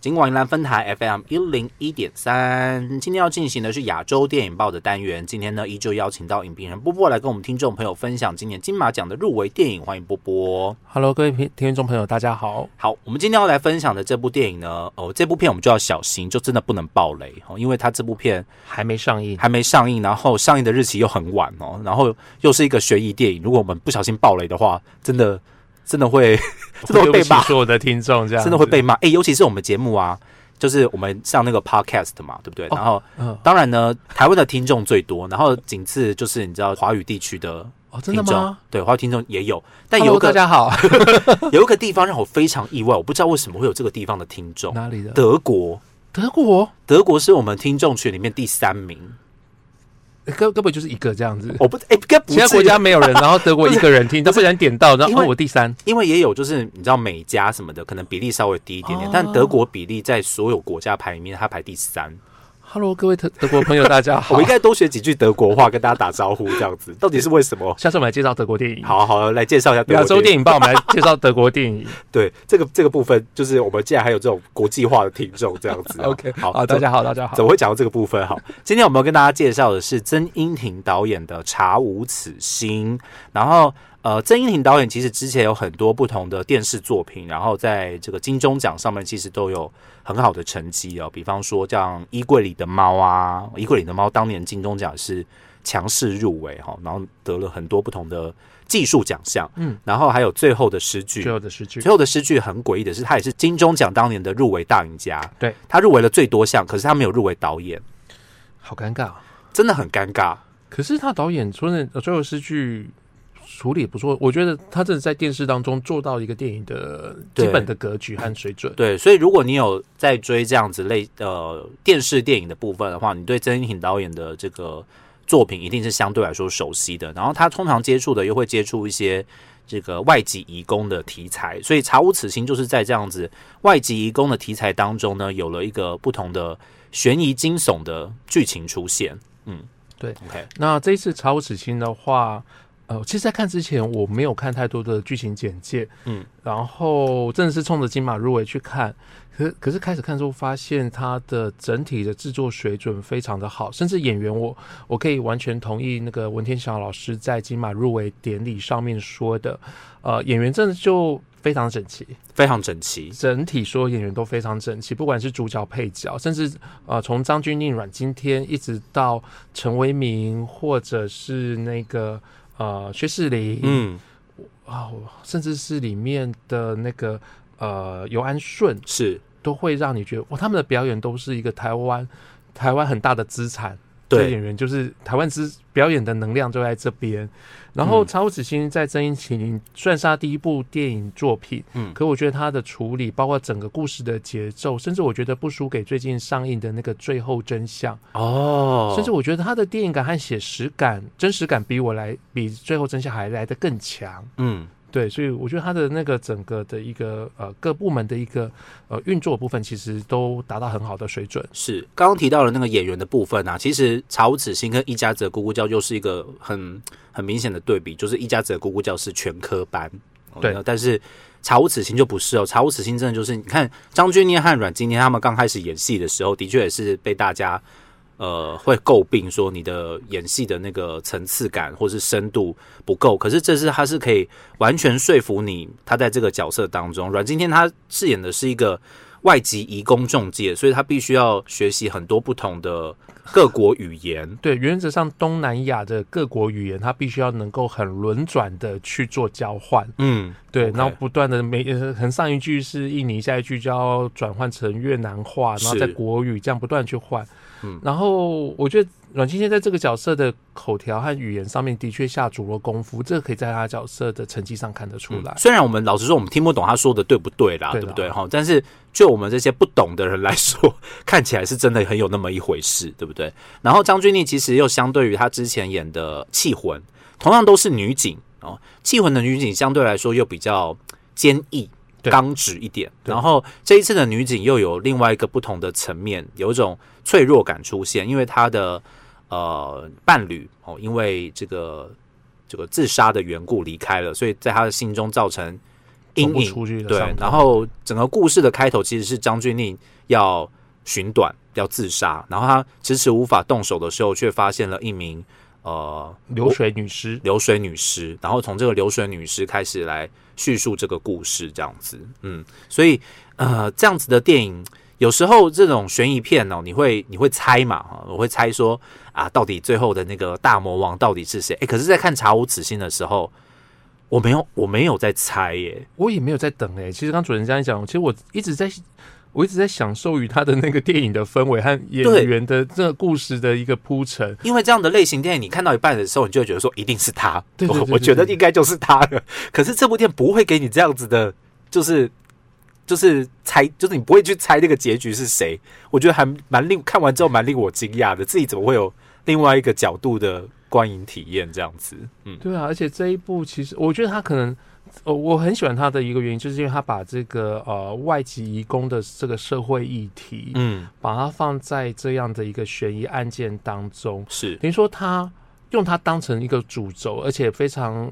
金广宜兰分台 FM 一零一点三，今天要进行的是亚洲电影报的单元。今天呢，依旧邀请到影评人波波来跟我们听众朋友分享今年金马奖的入围电影。欢迎波波。 Hello，各位听听众朋友，大家好。好，我们今天要来分享的这部电影呢，哦，这部片我们就要小心，就真的不能爆雷哦，因为它这部片还没上映，还没上映，然后上映的日期又很晚哦，然后又是一个悬疑电影，如果我们不小心爆雷的话，真的真的 会真的会被骂，所有的听众这样真的会被骂。哎、尤其是我们节目啊，就是我们上那个 podcast 嘛，对不对？然后嗯当然呢，台湾的听众最多，然后仅次就是你知道华语地区的哦，真听的众吗？，对，华语听众也有，但有 Hello，一大个家好，有一个地方让我非常意外，我不知道为什么会有这个地方的听众，哪里的？德国。德国，德国是我们听众群里面第三名，根根本就是一个这样子。我不哎，应该不其他是国家没有 人，然后德国一个人听，都不然点到，然因后为哦，我第三，因为也有就是你知道美加什么的，可能比例稍微低一点点，哦但德国比例在所有国家排里面，它排第三。 Hello，各位德德国朋友，大家好我应。该多学几句德国话，跟大家打招呼，这样子到底是为什么？下次我们来介绍德国电影。，好啊好啊来介绍一下德亚国洲电电影。影吧，我们来介绍德国电影。对，这个这个部分就是我们竟然还有这种国际化的听众这样子啊、 OK，好，好，大家好，大家好怎。么会讲到这个部分？好， 今天我们要跟大家介绍的是曾荫庭导演的《查无此心》。然后，呃，曾荫庭导演其实之前有很多不同的电视作品，然后在这个金钟奖上面其实都有很好的成绩哦。比方说像《衣柜里的猫》啊，《衣柜里的猫》当年金钟奖是强势入围哈、然后得了很多不同的技术奖项。嗯，然后还有最后的诗句，最后的诗句，最后的诗句很诡异的是，他也是金钟奖当年的入围大赢家。对，他入围了最多项，可是他没有入围导演，好尴尬哦。真的很尴尬。可是他导演说的最后诗句处理也不错，我觉得他真的在电视当中做到一个电影的对基本的格局和水准。对，所以如果你有在追这样子类呃电视电影的部分的话，你对曾荫庭导演的这个作品一定是相对来说熟悉的。然后他通常接触的又会接触一些这个外籍移工的题材，所以《查无此心》就是在这样子外籍移工的题材当中呢，有了一个不同的悬疑惊悚的剧情出现。嗯，对，OK，那这一次《查无此心》的话，呃，其实，在看之前我没有看太多的剧情简介，嗯，然后真的是冲着金马入围去看，可可是开始看之后发现它的整体的制作水准非常的好，甚至演员我我可以完全同意那个文天祥老师在金马入围典礼上面说的，呃，演员真的就非常整齐，非常整齐。整体所有演员都非常整齐，不管是主角、配角，甚至呃从张钧甯、阮经天一直到陈为民，或者是那个呃薛仕凌，嗯，啊、我甚至是里面的那个呃尤安顺，是。都会让你觉得哇，他们的表演都是一个台湾台湾很大的资产。这些对演员就是台湾之表演的能量就在这边。然后嗯超子星在曾荫庭算是他第一部电影作品，嗯可我觉得他的处理，包括整个故事的节奏，甚至我觉得不输给最近上映的那个《最后真相》哦，甚至我觉得他的电影感和写实感、真实感比我来比《最后真相》还来得更强。嗯，对，所以我觉得他的那个整个的一个呃各部门的一个呃运作部分，其实都达到很好的水准。是刚刚提到的那个演员的部分啊，其实《查无此心》跟《一家子的咕咕叫》又是一个很很明显的对比，就是《一家子的咕咕叫》是全科班，对哦但是《查无此心》就不是哦，《查无此心》真的就是你看张钧甯和阮经天他们刚开始演戏的时候，的确也是被大家。呃，会诟病说你的演戏的那个层次感或是深度不够，可是这是他是可以完全说服你，他在这个角色当中，阮经天他饰演的是一个外籍移工中介，所以他必须要学习很多不同的各国语言。对，原则上东南亚的各国语言，它必须要能够很轮转的去做交换，嗯，对 OK 然后不断的每呃可能上一句是印尼，下一句就要转换成越南话，然后是在国语这样不断地去换。嗯然后我觉得阮经天在这个角色的口条和语言上面的确下足了功夫，这个可以在他角色的成绩上看得出来。虽然我们老实说，我们听不懂他说的对不对啦，对对啦不对哈？但是就我们这些不懂的人来说， 看起来是真的很有那么一回事，对不对？然后张钧甯其实又相对于她之前演的《气魂》，同样都是女警哦，《气魂》的女警相对来说又比较坚毅。对刚直一点，对然后这一次的女警又有另外一个不同的层面，有一种脆弱感出现，因为她的呃伴侣哦，因为这个这个自杀的缘故离开了，所以在她的心中造成走阴不影出去的对伤痛，然后整个故事的开头其实是张钧甯要寻短，要自杀，然后他迟迟无法动手的时候，却发现了一名呃流水女尸，流水女尸，然后从这个流水女尸开始来叙述这个故事，这样子，嗯，所以呃，这样子的电影。有时候这种悬疑片哦，你会你会猜嘛？哈我会猜说啊，到底最后的那个大魔王到底是谁？诶，可是，在看《查无此心》的时候，我没有我没有在猜耶。我也没有在等哎、其实刚主持人这样讲，其实我一直在，我一直在享受于他的那个电影的氛围和对演员的这个故事的一个铺陈。因为这样的类型电影，你看到一半的时候，你就会觉得说一定是他，对对对我我对觉得对应该就是他了。 可是这部电影不会给你这样子的，就是就是猜，就是你不会去猜那个结局是谁。我觉得还蛮令看完之后蛮令我惊讶的，自己怎么会有另外一个角度的观影体验这样子？嗯，对啊，而且这一部其实我觉得他可能，呃，我很喜欢他的一个原因，就是因为他把这个呃外籍移工的这个社会议题，嗯，把它放在这样的一个悬疑案件当中，是等于说他用它当成一个主轴，而且非常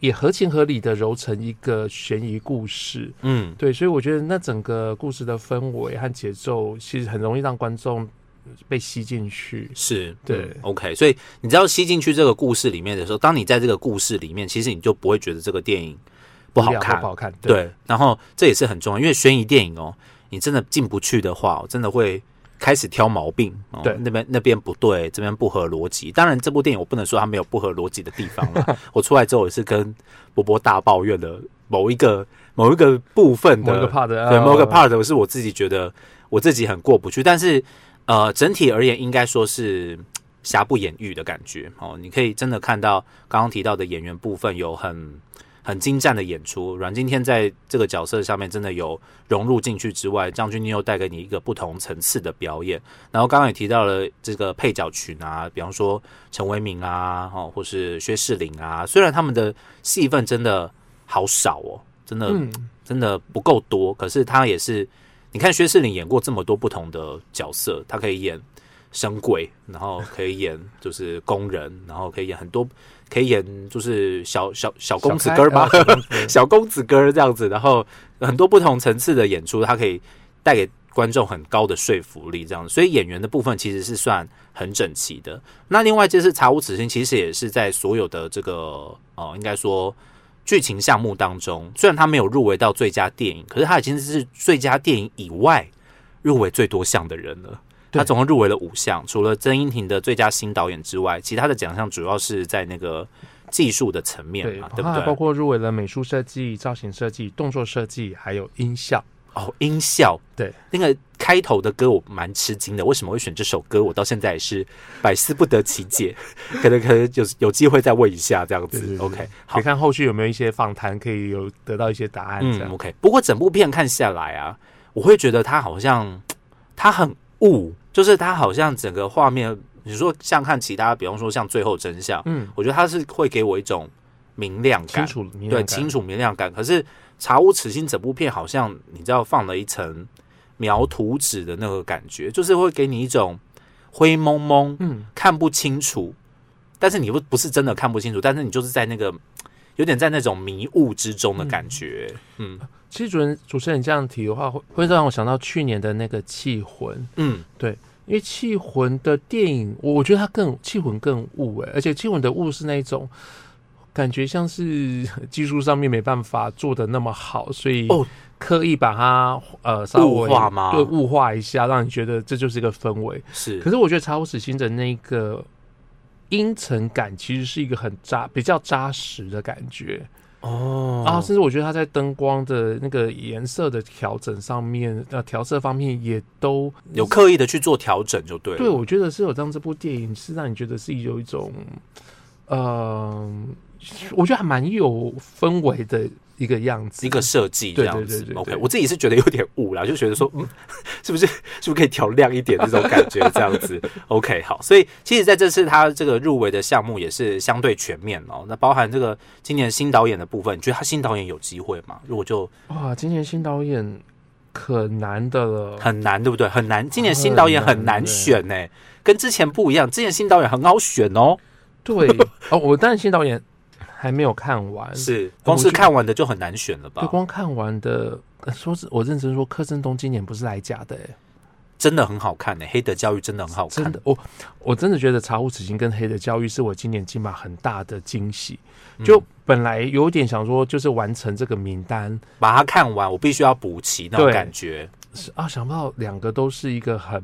也合情合理的揉成一个悬疑故事。嗯对，所以我觉得那整个故事的氛围和节奏，其实很容易让观众被吸进去。是，对嗯，OK。所以你知道吸进去这个故事里面的时候，当你在这个故事里面，其实你就不会觉得这个电影不好无聊看不，好看。对，对，然后这也是很重要，因为悬疑电影哦，你真的进不去的话、哦，真的会开始挑毛病。哦、对那边那边不对，这边不合逻辑。当然，这部电影我不能说它没有不合逻辑的地方 啦。我出来之后也是跟波波大抱怨的某一个某一个部分某一个的 part 的对某个呃 part 是我自己觉得我自己很过不去，但是呃，整体而言应该说是嗯瑕不掩瑜的感觉哦。你可以真的看到刚刚提到的演员部分有很很精湛的演出，阮经天在这个角色上面真的有融入进去之外，张钧甯又带给你一个不同层次的表演。然后刚刚也提到了这个配角群啊，比方说陈为民啊，哦，或是薛仕凌啊，虽然他们的戏份真的好少哦，真的、嗯，真的不够多，可是他也是，你看薛仕凌演过这么多不同的角色，他可以演神鬼，然后可以演就是工人，然后可以演很多，可以演就是小小小公子小开哥儿吧，呃小公子 哥小公子哥儿这样子，然后很多不同层次的演出，他可以带给观众很高的说服力，这样，所以演员的部分其实是算很整齐的。那另外就是《查无此心》，其实也是在所有的这个呃，应该说剧情项目当中，虽然它没有入围到最佳电影，可是它已经是最佳电影以外入围最多项的人了。对他总共入围了五项，除了曾荫庭的最佳新导演之外，其他的奖项主要是在那个技术的层面对嘛，，对它还不包对？括入围了美术设计、造型设计、动作设计，还有音效。哦，音效，对，那个开头的歌我蛮吃惊的，为什么会选这首歌？我到现在也是百思不得其 解，可能可能有有机会再问一下这样子。对对对 OK，好你，看后续有没有一些访谈可以有得到一些答案？这嗯样， ，OK。不过整部片看下来啊，我会觉得它好像它很雾，就是它好像整个画面，你说像看其他，比方说像《最后真相》，嗯，我觉得它是会给我一种明亮清感，楚明对了感清楚明亮感。可是《查无此心》整部片好像你知道放了一层描图纸的那个感觉，就是会给你一种灰蒙蒙、嗯，看不清楚，但是你不不是真的看不清楚，但是你就是在那个有点在那种迷雾之中的感觉。嗯其实主人主持人这样提的话，会会让我想到去年的那个《气魂》，嗯因为《气魂》的电影，我我觉得它更《气魂》更雾欸诶、而且《气魂》的雾是那一种感觉像是 技术上面没办法做的那么好，所以哦刻意把它呃稍微雾化吗对，雾化一下，让你觉得这就是一个氛围。是，可是我觉得《查无此心》的那个阴沉感，其实是一个很扎比较扎实的感觉。哦啊，甚至我觉得他在灯光的那个颜色的调整上面，呃，调色方面也都有刻意的去做调整就对了。对，我觉得是有让这部电影是让你觉得是有一种，呃，我觉得还蛮有氛围的一个样子，一个设计这对样对子对对对 o k 对我自己是觉得有点雾啦，就觉得说，嗯， 是不是是不是可以调亮一点这种感觉这样子？OK，好，所以其实在这次他这个入围的项目也是相对全面哦。那包含这个今年新导演的部分，你觉得他新导演有机会吗？如果就哇，今年新导演可难的了，很难，对不对？很难，今年新导演很难选呢、跟之前不一样，之前新导演很好选哦。对哦，我当然新导演还没有看完，是光是看完的就很难选了就吧？光看完的，呃说是我认真说，柯震东今年不是来假的、欸，真的很好看呢、黑的教育》真的很好真看的，，我我真的觉得《茶壶齿形》跟《黑的教育》是我今年金马很大的惊喜。嗯就本来有点想说，就是完成这个名单把它看完，我必须要补齐那种对感觉。是啊，想不到两个都是一个很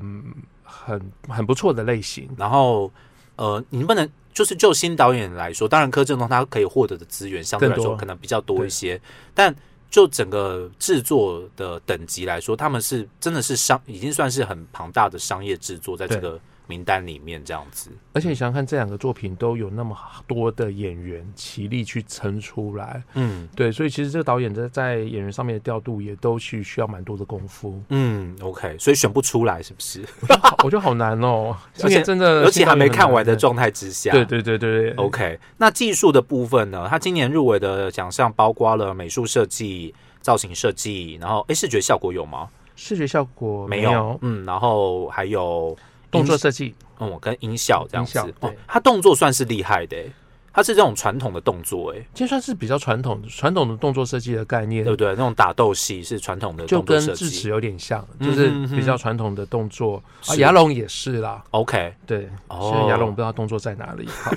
很很不错的类型。然后，呃，你不能就是就新导演来说，当然柯震东他可以获得的资源相对来更说多可能比较多对一些，但就整个制作的等级来说，他们是真的是商已经算是很庞大的商业制作在这对个名单里面这样子。而且想想看，这两个作品都有那么多的演员齐力去撑出来，嗯对，所以其实这个导演在在演员上面的调度也都是需要蛮多的功夫。嗯，OK，所以选不出来是不 是？好我觉得好 难哦，而且今年真的，而且还没看完的状状态之下，对对对对对 OK，那技术的部分呢？它今年入围的奖项包括了美术设计、造型设计，然后诶，视觉效果有吗？视觉效果没有，嗯，然后还有动作设计嗯跟音效这样子音效。对哦，它动作算是厉害的、欸，它是这种传统的动作、欸，其实算是比较传统的传统的动作设计的概念对，不对？那种打斗戏是传统的就动作跟设智齿计。有点像，嗯就是嗯嗯比较传统的动作。啊，是牙龙也是啦， OK 对，哦虽然牙龙我不知道动作在哪里。好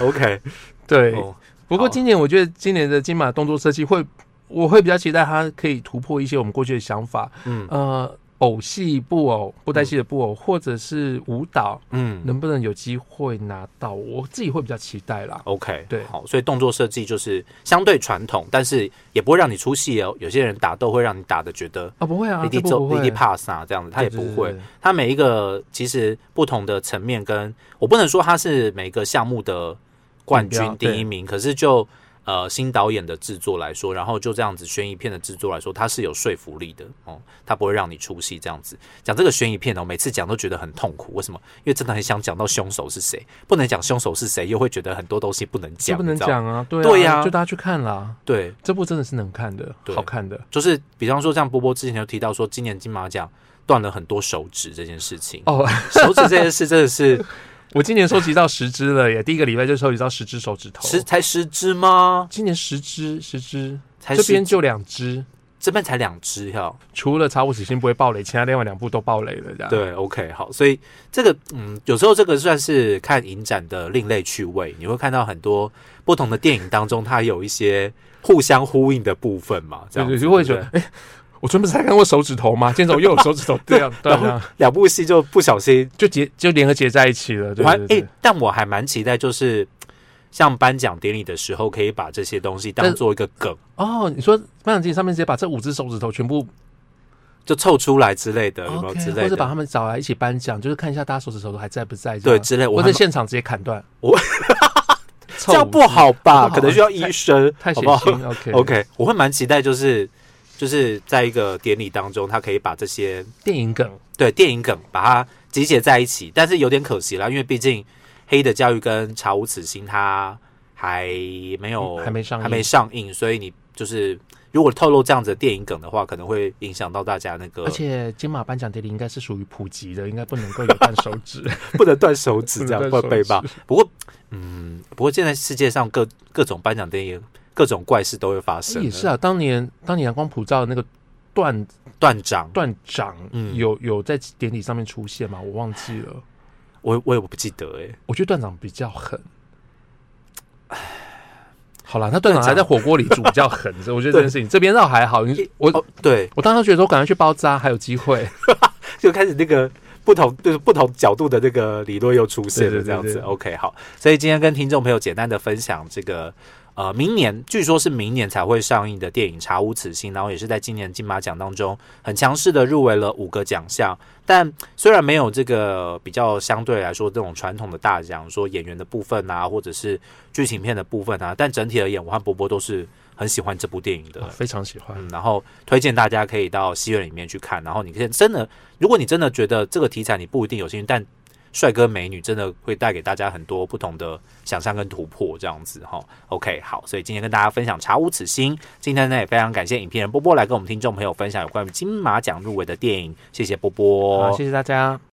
OK，对，哦，不过好今年我觉得今年的金马动作设计会，我会比较期待它可以突破一些我们过去的想法，嗯呃。偶戏、布偶、布袋戏的布偶，或者是舞蹈，嗯能不能有机会拿到？我自己会比较期待啦。 ，OK，对好，所以动作设计就是相对传统，但是也不会让你出戏哦。有些人打斗会让你打的觉得啊，不会啊，滴滴这部走不滴滴会 pass 啊这样子，他也不会对对对对。他每一个其实不同的层面跟，我不能说他是每个项目的冠军顶标第对一名，可是就呃新导演的制作来说，然后就这样子悬疑片的制作来说，它是有说服力的哦，它不会让你出戏这样子。讲这个悬疑片哦呢，我每次讲都觉得很痛苦，为什么？因为真的很想讲到凶手是谁，不能讲凶手是谁，又会觉得很多东西不能这讲，不能你知道吗，讲啊，对啊，对啊就大家去看啦。对。这部真的是能看的，对好看的就是比方说，像波波之前有提到说，今年金马奖断了很多手指这件事情，哦。手指这件事真的 是我今年收集到十只了耶，第一个礼拜就收集到十只手指头。十才十只吗？今年十只，十只，才这边十就两只，这边才两只哈。除了《查无此心》不会爆雷，其他另外两部都爆雷了，这样。，对，OK，好，所以这个嗯，有时候这个算是看影展的另类趣味，你会看到很多不同的电影当中，它有一些互相呼应的部分嘛，这对样对，子就会觉对得不对，哎、我专门才看过手指头吗？今天怎么又有手指头？对啊，对然啊，两部戏就不小心 就结就联合结在一起了，对我还对诶，对。但我还蛮期待，就是像颁奖典礼的时候，可以把这些东西当但做一个梗，哦，你说颁奖典礼上面直接把这五只手指头全部就凑出来之类的，有没有 OK，之或类者把的？他们找来一起颁奖，就是看一下大家手指头都还在不在这对，样，之类。我或还者蛮现场直接砍 断。我这这样不好吧？不好可能需要医生，太好血不好腥。OK ？OK，我会蛮期待，就是就是在一个典礼当中，他可以把这些电影梗对电影梗把它集结在一起，但是有点可惜啦，因为毕竟《黑的教育》跟《查无此心》它还没有、嗯还没上映还没上映，所以你就是如果透露这样子的电影梗的话，可能会影响到大家那个而且金马颁奖典礼应该是属于普及的，应该不能够有断手 指。 不能断手指这样不能会断被骂手指。不过，嗯，不过现在世界上各各种颁奖典礼。各种怪事都会发生了，也是啊，当年当年阳光普照的那个断断掌，断掌，嗯有有在典礼上面出现吗？我忘记了。我我也不记得哎、我觉得断掌比较狠。好啦，那断掌断还在掌火锅里煮比较狠，所以我觉得这 件事情这边倒还好。你我哦，对，我当时觉得我赶快去包扎，还有机会。 就开始那个不同就是不同角度的那个理论又出现了，对对对这样子。对 OK，好，所以今天跟听众朋友简单的分享这个。呃，明年据说是明年才会上映的电影《查无此心》，然后也是在今年金马奖当中很强势的入围了五个奖项。但虽然没有这个比较相对来说这种传统的大奖，说演员的部分啊，或者是剧情片的部分啊，但整体而言，我和伯伯都是很喜欢这部电影的。我非常喜欢。嗯，然后推荐大家可以到戏院里面去看。然后你可以真的，如果你真的觉得这个题材你不一定有兴趣，但帅哥美女真的会带给大家很多不同的想象跟突破，这样子哈。OK，好，所以今天跟大家分享《茶无此心》，今天呢也非常感谢影片人波波来跟我们听众朋友分享有关于金马奖入围的电影，谢谢波波，好，谢谢大家。